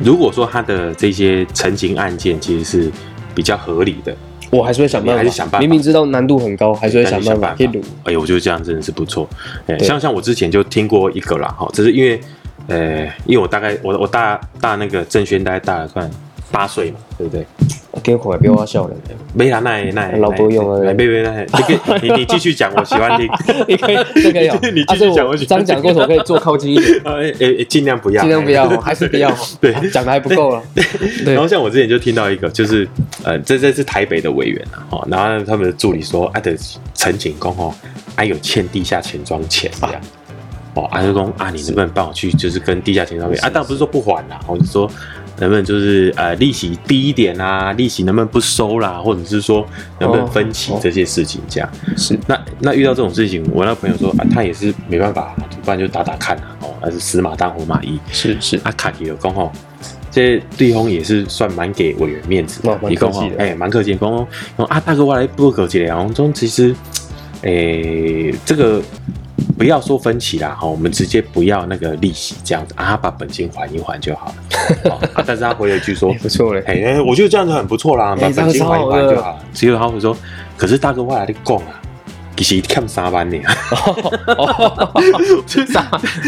A: 如果说他的这些成型案件其实是比较合理的，
B: 我还是会想办
A: 你
B: 法，
A: 还是想办法
B: 明明知道难度很高，还是会
A: 但
B: 想
A: 是
B: 办法
A: 法
B: 去努。。
A: 哎呦，我觉得这样真的是不错。哎，
B: 对
A: 像像我之前就听过一个啦，哈，只是因为，呃，因为我大概我我大大那个郑轩大概大了快八岁嘛，对不对？
B: 啊给我不要我笑了，
A: 没啦，那也那也
B: 老婆用啊
A: 来，别别那也，这个你你继续讲，我喜欢 听。，
B: 你可以这个有
A: 你继续
B: 啊所以
A: 讲
B: 我
A: 我觉得
B: 刚讲过头可以做靠近一点，
A: 呃， 哎哎，尽量不要，
B: 尽量不要哦，还是不要哦。
A: 对
B: 啊讲的还不够啊。 对
A: 然后像我之前就听到一个，就是呃，这这是台北的委员啊，哦，然后他们的助理说，啊的陈景公哦，啊有欠地下钱庄钱这样。哦，啊就公啊，你能不能帮我去，就是跟地下钱庄比啊？当然不是说不还啦，我是说能不能就是呃利息低一点啊，利息能不能不收啦，或者是说能不能分期
B: 哦哦
A: 这些事情这样。
B: 是
A: 那那遇到这种事情，我那朋友说啊，他也是没办法，不然就打打看啊，哦，还是死马当活马医。
B: 是是，
A: 啊，卡吉有讲吼，这对方也是算蛮给委员面子
B: 哦蛮
A: 伊讲
B: 客
A: 吼
B: 气，的
A: 哎，蛮客气的，讲哦，讲啊，大哥我来报告一下，然后中其实，哎，这个不要说分歧啦，哈，我们直接不要那个利息这样子啊，他把本金还一还就 好了。哦啊，但是他回了一句说
B: 也。不错嘞。
A: 哎、我觉得这样子很不错啦，把
B: 哎这
A: 本
B: 样
A: 金
B: 超
A: 还一
B: 好
A: 还
B: 的
A: 就好了。只有他会说，可是大哥，我来你讲啊，其实欠三万呢。
B: 哦 三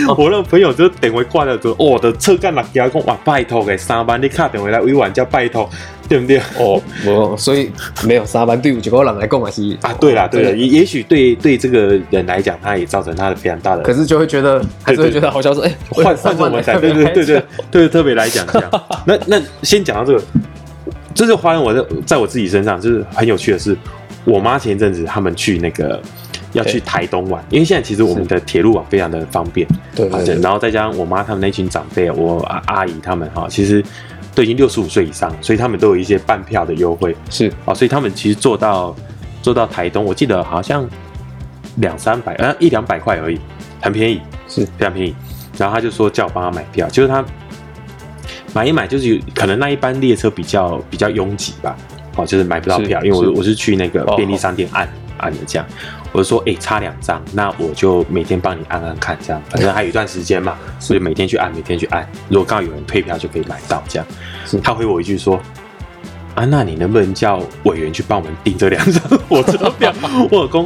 B: 哦
A: 我那个朋友就电话挂掉，就哦我的车干六家讲哇，拜托给三班，你打电话来委婉叫拜托，对不对？哦
B: 我所以没有三班队伍，一个人来讲还是
A: 啊，对啦对啦，也也许对对这个人来讲，他也造成他的非常大的
B: 可是就会觉得还是会觉得好像说，哎，
A: 换换成我们才对对对对对，特别来讲 这样。那那先讲到这个，这就发现我在在我自己身上，就是很有趣的是，我妈前一阵子他们去那个要去
B: 对
A: 台东玩，因为现在其实我们的铁路网非常的方便，
B: 对
A: 啊
B: 对对
A: 然后再加上我妈他们那群长辈，我阿阿姨他们哈，其实都已经六十五岁以上，所以他们都有一些半票的优惠
B: 是
A: 啊，所以他们其实做到做到台东，我记得好像两三百，呃一两百块而已，很便宜，
B: 是
A: 非常便宜。然后他就说叫我帮他买票，就是他买一买，就是有可能那一班列车比较比较拥挤吧，哦，就是买不到
B: 是
A: 票，因为我
B: 是
A: 我是去那个
B: 哦
A: 便利商店按按的这样，我就说哎、差两张，那我就每天帮你按按看这样，反正还有一段时间嘛，所以每天去按，每天去按，如果刚好有人退票就可以买到这样
B: 是。
A: 他回我一句说。啊，那你能不能叫委员去帮我们订这两张 火车 票？我讲，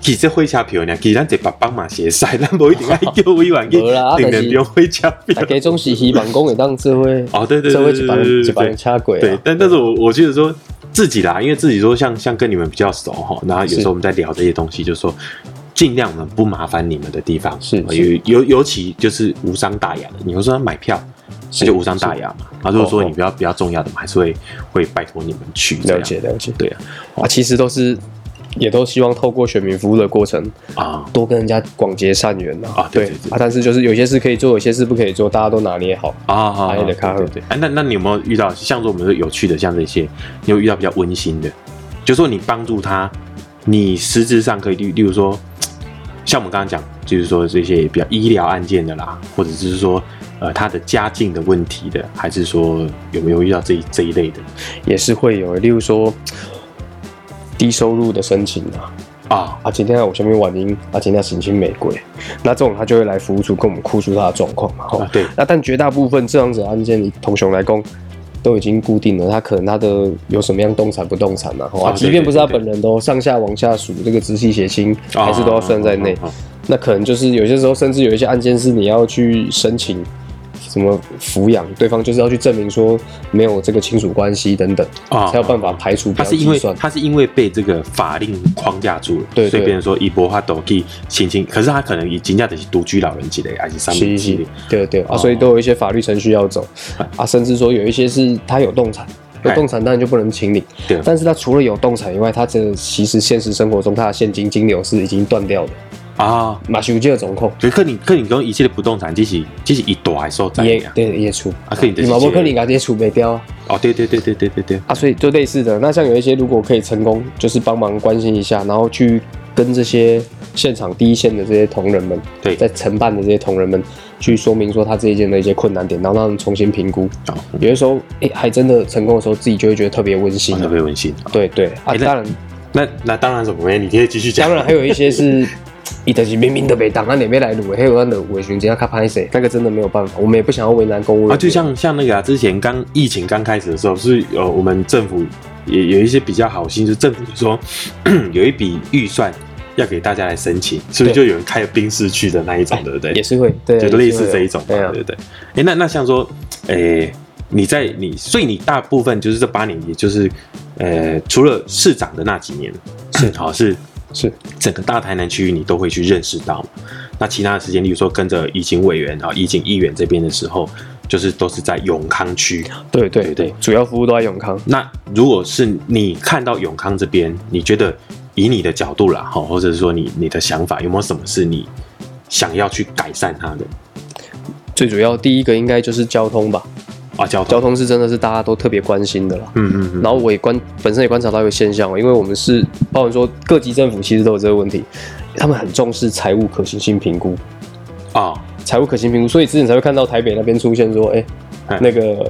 A: 其实火车票呢，其实咱这把帮忙协赛，咱不一定爱叫委员 去
B: 没啦啊
A: 订
B: 但是
A: 两张火车票
B: 大。家总是希望讲会当做伙，
A: 哦，对对
B: 做伙
A: 对
B: 一
A: 对
B: 帮
A: 对
B: 一
A: 对
B: 帮
A: 对，
B: 车轨啊。
A: 对，但但是我我记得说自己啦，因为自己说像像跟你们比较熟哈，然后有时
B: 是
A: 候我们在聊这些东西，就说尽量我们不麻烦你们的地方，
B: 是
A: 呃
B: 是
A: 尤尤尤其就是无伤大雅的，你会说他买票。
B: 是哦
A: 那就无伤大雅嘛。啊，如果说你比较比较重要的，我们还是会会拜托你们去。这
B: 了
A: 样
B: 解了解。
A: 对啊，
B: 啊，其实都是也都希望透过选民服务的过程，
A: 啊，
B: 多跟人家广结善缘呐。
A: 啊对对对
B: 啊，但是就是有些事可以做，有些事不可以做，大家都拿捏好。
A: 啊啊啊
B: 行业的咖啡
A: 对对对。哎、那那你有没有遇到像说我们说有趣的，像这些，你有遇到比较温馨的？就说你帮助他，你实质上可以，例例如说，像我们刚刚讲，就是说这些比较医疗案件的啦，或者是说呃他的家境的问题的，还是说有没有遇到这一这一类的
B: 也是会有，例如说低收入的申请啊，
A: 啊？
B: 啊，今天我前面婉英，啊，今天申请玫瑰，那这种他就会来服务处跟我们哭诉他的状况嘛。吼
A: 啊，对，
B: 那但绝大部分这样子的啊案件，以同雄来供都已经固定了，他可能他的有什么样动产不动产然后啊，
A: 啊对
B: 即便不是他
A: 对对
B: 本人都上下往下数这个直系血亲，还是都要算在内
A: 啊。啊啊啊
B: 那可能就是有些时候，甚至有一些案件是你要去申请什么抚养，对方就是要去证明说没有这个亲属关系等等，
A: 啊
B: 才有办法排除
A: 他
B: 表
A: 是
B: 计
A: 因为
B: 算。
A: 他是因为被这个法令框架住了，
B: 对
A: 所以
B: 对
A: 变成说一波他抖去亲亲，可是他可能已经价的是独居老人级的，还是上面
B: 是
A: 级
B: 是
A: 的，
B: 对对啊，
A: 哦
B: 所以都有一些法律程序要走啊，甚至说有一些是他有动产，有
A: 哎
B: 动产当然就不能请领，
A: 对
B: 但是他除了有动产以外，他这其实现实生活中他的现金金流是已经断掉的，
A: 啊。
B: 马修这个总控
A: 可是你可你跟一切的不动产，这是这是一大的所在
B: 也
A: 啊。
B: 对也出
A: 啊，可以，
B: 你马伯克林啊这些储备掉啊。
A: 哦，对对对对对对对，
B: 啊，所以就类似的，那像有一些如果可以成功，就是帮忙关心一下，然后去跟这些现场第一线的这些同仁们，
A: 对
B: 在承办的这些同仁们去说明说他这一件的一些困难点，然后让他们重新评估。
A: 哦，嗯
B: 有的时候，哎、还真的成功的时候，自己就会觉得特别温馨
A: 哦特
B: 啊。
A: 别温馨。
B: 对对啊，
A: 诶那
B: 当然
A: 那那当然怎么样？你可以继续讲。啊
B: 当然还有一些是， 伊就是明明的没档案里面来录，还有那的委员，只要他拍谁，那个真的没有办法，我们也不想要为难公务员。
A: 啊，就像像那个啊，之前刚疫情刚开始的时候，是呃，我们政府也有一些比较好心，就是政府就说 有一笔预算要给大家来申请，所以
B: 对哎
A: 就有人开了冰室去的那一种，对不对？
B: 也是会，对，
A: 就类似这一
B: 也是
A: 种
B: 会
A: 嘛，
B: 对啊
A: 对不对？哎、那那像说，哎、你在你，所以你大部分就是这八年，也就是呃，除了市长的那几 年是好是
B: 是
A: 整个大台南区域你都会去认识到嘛。那其他的时间，例如说跟着怡景委员啊、怡景议员这边的时候，就是都是在永康区。
B: 对对
A: 对
B: 对
A: 对，
B: 主要服务都在永康。
A: 那如果是你看到永康这边，你觉得以你的角度啦，哈，或者是说你你的想法，有没有什么是你想要去改善它的
B: 最主要第一个应该就是交通吧，
A: 啊？交通，
B: 交通是真的是大家都特别关心的啦。
A: 嗯嗯嗯，
B: 然后我也观本身也观察到一个现象哦，因为我们是包含说各级政府其实都有这个问题，他们很重视财务可行性评估，
A: 啊、
B: 财务可行评估，所以之前才会看到台北那边出现说，哎、
A: 哎啊
B: 那个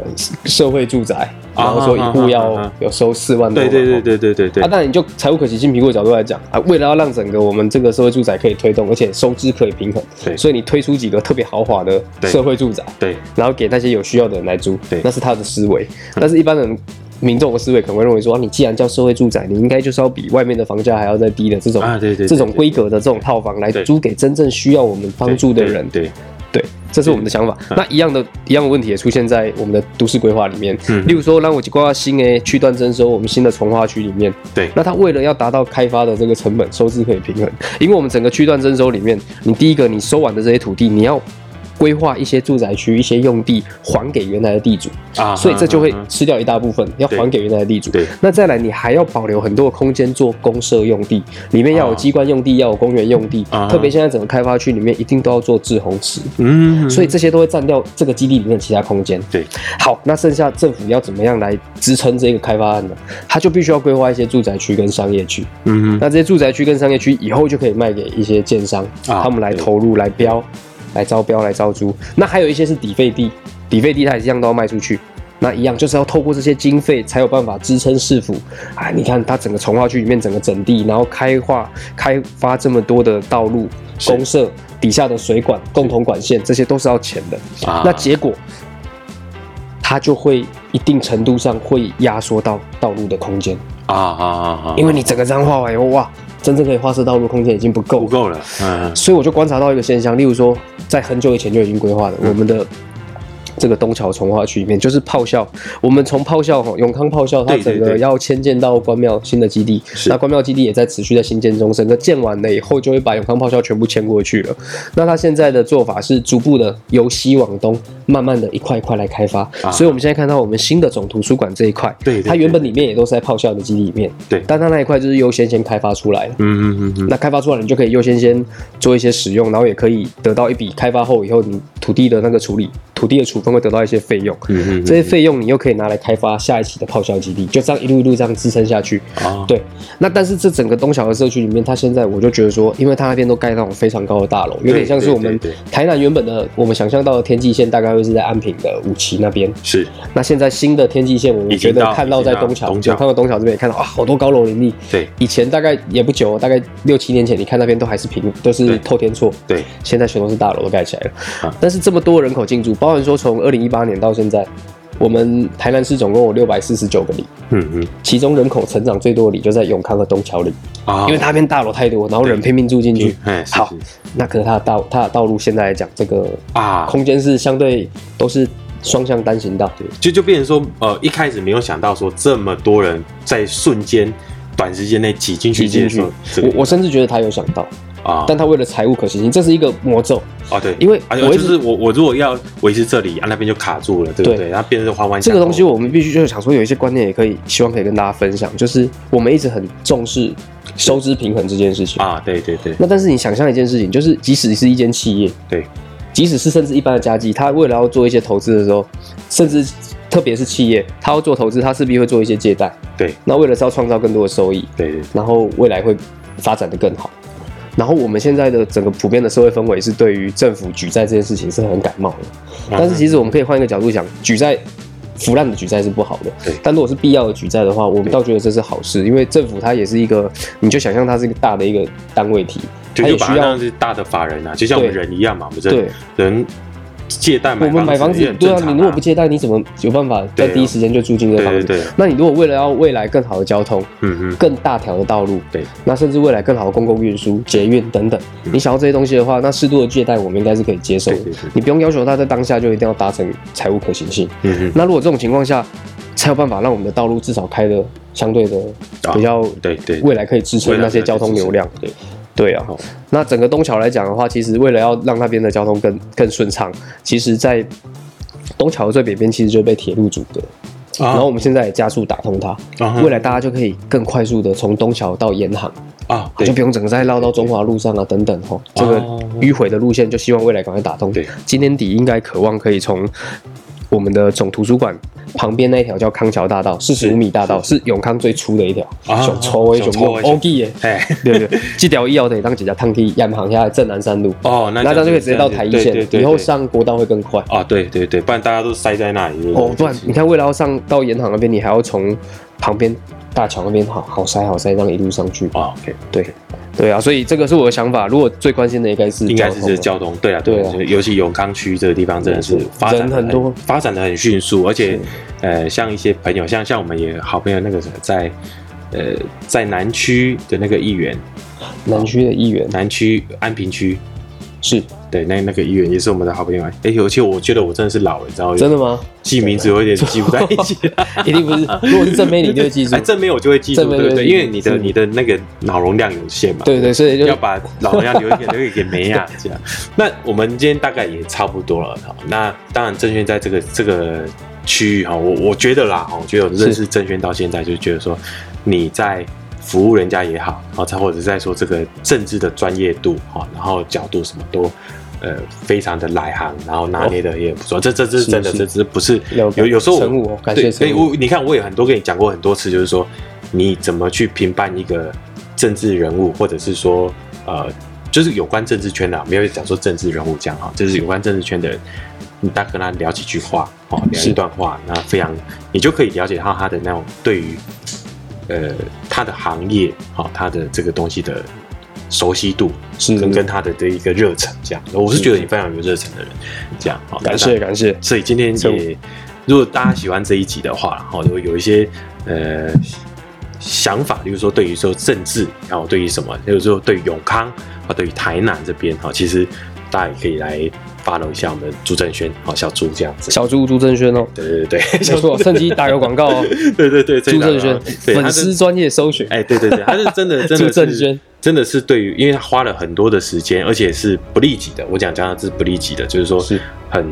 B: 社会住宅，然后说一户要有收四万多嘛，
A: 对对对对对对对
B: 啊，，那你就财务可行性评估的角度来讲啊，为了要让整个我们这个社会住宅可以推动，而且收支可以平衡，
A: 对
B: 所以你推出几个特别豪华的
A: 对
B: 社会住宅，
A: 对
B: 然后给那些有需要的人来租，
A: 对嗯
B: 那是他的思维。但是一般人民众的思维可能会认为说，啊你既然叫社会住宅，你应该就是要比外面的房价还要再低的这种
A: 啊对对对
B: 这种规格的这种套房来
A: 对
B: 租给真正需要我们帮助的人，
A: 对对
B: 对这是我们的想法。
A: 嗯
B: 那一样的一样的问题也出现在我们的都市规划里面，
A: 嗯
B: 例如说，让我去规划新的区段征收，我们新的从化区里面，
A: 对
B: 那它为了要达到开发的这个成本收支可以平衡，因为我们整个区段征收里面，你第一个你收完的这些土地，你要规划一些住宅区、一些用地还给原来的地主，
A: 啊，
B: 所以这就会
A: 嗯嗯嗯
B: 吃掉一大部分，要还给原来的地主。
A: 对
B: 那再来，你还要保留很多空间做公社用地，里面要有
A: 啊
B: 机关用地，要有公园用地。
A: 啊
B: 特别现在整个开发区里面一定都要做滞洪池，
A: 嗯，
B: 所以这些都会占掉这个基地里面的其他空间。
A: 对，
B: 好，那剩下政府要怎么样来支撑这个开发案呢？它就必须要规划一些住宅区跟商业区。
A: 嗯
B: 那这些住宅区跟商业区以后就可以卖给一些建商，
A: 啊
B: 他们来
A: 对
B: 投入、来标、来招标、来招租。那还有一些是底费地，底费地它也是一样都要卖出去。那一样就是要透过这些经费才有办法支撑市府啊！你看它整个从化区里面整个整地，然后开化开发这么多的道路、
A: 是
B: 公社底下的水管、共同管线，这些都是要钱的。
A: 啊
B: 那结果它就会一定程度上会压缩到道路的空间。
A: 啊啊啊啊，
B: 因为你整个脏画完以后，哇，真正可以画设道路空间已经不够
A: 不。够了，嗯，
B: 所以我就观察到一个现象，例如说，在很久以前就已经规划的，
A: 嗯
B: 我们的这个东桥从化区里面，就是炮校，我们从炮校哈永康炮校，它
A: 对对
B: 整个
A: 对
B: 要迁建到关庙新的基地，
A: 是
B: 那关庙基地也在持续在新建中，整个建完了以后就会把永康炮校全部迁过去了。那它现在的做法是逐步的由西往东，慢慢的一块一块来开发，
A: 啊
B: 所以我们现在看到我们新的总图书馆这一块，
A: 对对对
B: 它原本里面也都是在炮校的基地里面，
A: 对
B: 但它那一块就是优先先开发出来了。
A: 嗯嗯嗯嗯，
B: 那开发出来，你就可以优先先做一些使用，然后也可以得到一笔开发后以后你土地的那个处理，土地的处分会得到一些费用。
A: 嗯嗯嗯
B: 这些费用你又可以拿来开发下一期的炮校基地，就这样一路一路这样支撑下去。
A: 啊，
B: 对，那但是这整个东桥的社区里面，它现在我就觉得说，因为它那边都盖那种非常高的大楼，有点像是我们
A: 对对对
B: 台南原本的我们想象到的天际线，大概会是在安平的五期那边。
A: 是
B: 那现在新的天际线，我们
A: 已
B: 觉
A: 经
B: 得
A: 到
B: 看到
A: 已经
B: 在
A: 到
B: 东桥，
A: 东桥
B: 我看到东桥这边也看到啊，好多高楼林立。
A: 对
B: 以前大概也不久，大概六七年前，你看那边都还是平，都是
A: 对
B: 透天厝，
A: 对
B: 现在全都是大楼都盖起来了。
A: 啊
B: 但是这么多人口进驻，包含说从二零一八年到现在，我们台南市总共有六百四十九个里，
A: 嗯嗯
B: 其中人口成长最多的里就在永康和东桥里，
A: 啊，
B: 因为那边大楼太多，然后人
A: 对
B: 拼命住进去。
A: 哎是
B: 好
A: 是
B: 那可是它的道它的道路现在来讲，这个
A: 啊，
B: 空间是相对都是双向单行道，
A: 就就变成说，呃，一开始没有想到说这么多人在瞬间短时间内挤进去
B: 挤
A: 接
B: 进去
A: 受这。
B: 我
A: 个
B: 我甚至觉得他有想到，
A: 啊，
B: 但他为了财务可行性，这是一个魔咒。
A: 啊对，
B: 因为
A: 啊
B: 我一
A: 就
B: 直
A: 是我我如果要维持这里，啊那边就卡住了，对不
B: 对
A: 对？然后变成环环
B: 这
A: 相
B: 个
A: 扣
B: 东西我们必须就是想说，有一些观念也可以，希望可以跟大家分享，就是我们一直很重视收支平衡这件事情。
A: 啊，对对对
B: 那但是你想象一件事情，就是即使是一间企业，
A: 对
B: 即使是甚至一般的家计，他为了要做一些投资的时候，甚至特别是企业，他要做投资，他势必会做一些借贷。
A: 对
B: 那为了是要创造更多的收益，
A: 对对，
B: 然后未来会发展的更好。然后我们现在的整个普遍的社会氛围是对于政府举债这件事情是很感冒的，
A: 嗯
B: 但是其实我们可以换一个角度想，举债腐烂的举债是不好的
A: 对，
B: 但如果是必要的举债的话，我们倒觉得这是好事，因为政府它也是一个，你就想象它是一个大的一个单位体，它
A: 就
B: 也
A: 就把
B: 需
A: 它
B: 要
A: 当是大的法人啊，就像我们
B: 对
A: 人一样嘛，我们这
B: 对
A: 人借贷
B: 我
A: 买
B: 们买房
A: 房
B: 子
A: 也很，
B: 对
A: 正
B: 啊，
A: 常
B: 你如果不借贷，你怎么有办法
A: 对
B: 在
A: 啊
B: 第一时间就住进这个
A: 对
B: 房
A: 对
B: 子？
A: 对，
B: 那你如果为了要未来更好的交通，
A: 嗯嗯，
B: 更大条的道路，
A: 对
B: 那甚至未来更好的公共运输、捷运等等，你想要这些东西的话，那适度的借贷我们应该是可以接受的
A: 嗯对对对。
B: 你不用要求他在当下就一定要达成财务可行性。
A: 嗯嗯，
B: 那如果这种情况下，才有办法让我们的道路至少开的相对的
A: 啊
B: 比较
A: 对对，
B: 未来可以支撑那些交通流量。
A: 对
B: 对啊
A: 好，
B: 那整个东桥来讲的话，其实为了要让那边的交通更更顺畅，其实在东桥的最北边其实就被铁路阻隔，
A: 啊，
B: 然后我们现在也加速打通它，
A: 啊哈
B: 未来大家就可以更快速的从东桥到沿航，
A: 啊，
B: 就
A: 对哦
B: 不用整个再绕到中华路上啊等等吼，这个迂回的路线就希望未来赶快打通。
A: 对，
B: 今年底应该渴望可以从我们的总图书馆旁边那一条叫康桥大道，四十五米大道是永康最粗的一条，
A: 啊
B: 小粗的
A: 小
B: 小
A: 粗的
B: 欧弟耶，
A: 哎，
B: 对对，这条一号得当几条趟梯，沿航下来正南山路，
A: 哦，那
B: 那这样就可以直接到台
A: 台
B: 一
A: 对对
B: 线，
A: 对，
B: 以后
A: 对
B: 上国道会更快。
A: 啊，对对对，不然大家都塞在那里。
B: 哦，不然你看，为了要上到盐塘那边，你还要从旁边大桥那边好好塞好塞，这样一路上去。
A: 啊，OK，
B: 对，对啊，所以这个是我的想法。如果最关心的应该是
A: 应该是
B: 通了
A: 这交通，对啊，
B: 对啊
A: 就是尤其永康区这个地方真的是
B: 没错
A: 发展得
B: 人很多
A: 发展的很迅速，而且呃，像一些朋友，像像我们也好朋友那个在呃在南区的那个议员，
B: 南区的议员
A: 南区安平区。
B: 是
A: 对，那那个议员也是我们的好朋友哎、诶而且我觉得我真的是老了，你知道吗？
B: 真 的吗？
A: 记名字有一点记不在一起 了。
B: 一定不是，如果是正妹，你就会记住
A: 哎，。正面我就会记住，
B: 正面
A: 对不
B: 就会
A: 对？
B: 记
A: 因
B: 住
A: 为你的
B: 是
A: 你的那个脑容量有限嘛，
B: 对对，所以就
A: 要把脑容量留一点留给给梅亚这样。那我们今天大概也差不多了哈。那当然，郑轩在这个这个区域哈，我我觉得啦，哈我觉得我认识郑轩到现在，就觉得说你在服务人家也好，然后再或者在说这个政治的专业度哈，然后角度什么都。呃，非常的来行，然后拿捏的也不错，这这这是
B: 哦是
A: 真的，
B: 是
A: 这只不是
B: 了解
A: 有有时候我
B: 神武哦感谢
A: 对，
B: 神
A: 所以
B: 武
A: 我你看我也很多跟你讲过很多次，就是说你怎么去评判一个政治人物，或者是说呃，就是有关政治圈的、啊，没有讲说政治人物这样哈，就是有关政治圈的人，你大概跟他聊几句话哦，聊一
B: 是
A: 段话，那非常你就可以了解到他的那种对于呃他的行业好、哦，他的这个东西的熟悉度
B: 是
A: 跟跟他的这一个热忱这样。我是觉得你非常有热忱的人，这样好，
B: 感
A: 那
B: 谢感谢，
A: 所以今天
B: 这
A: 也，如果大家喜欢这一集的话，然后如果有一些呃想法，比如说对于说政治，然后对于什么，比如说对于永康啊，对于台南这边哦哈，其实大家也可以来 follow 一下我们朱正轩，好小朱这样子。
B: 小猪朱正轩 哦，
A: 对对对对，
B: 没错，趁机打个广告 哦，
A: 对对对，
B: 朱正轩
A: 啊对他
B: 粉
A: 是
B: 丝专业搜寻，
A: 哎，对对对，他是真 的，真的
B: 朱正
A: 是
B: 轩，
A: 真的是对于，因为他花了很多的时间，而且是不利己的。我讲讲的是不利己的，就是说
B: 是
A: 很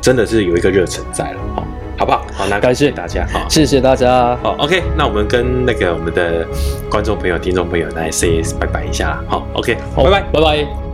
A: 真的是有一个热忱在了，好，好不好？好，那
B: 感谢
A: 大家，好。
B: 谢谢大家，
A: 好，OK，那我们跟那个我们的观众朋友、听众朋友来 say 拜拜一下啦。好，OK，
B: 好
A: 拜拜。
B: 拜拜。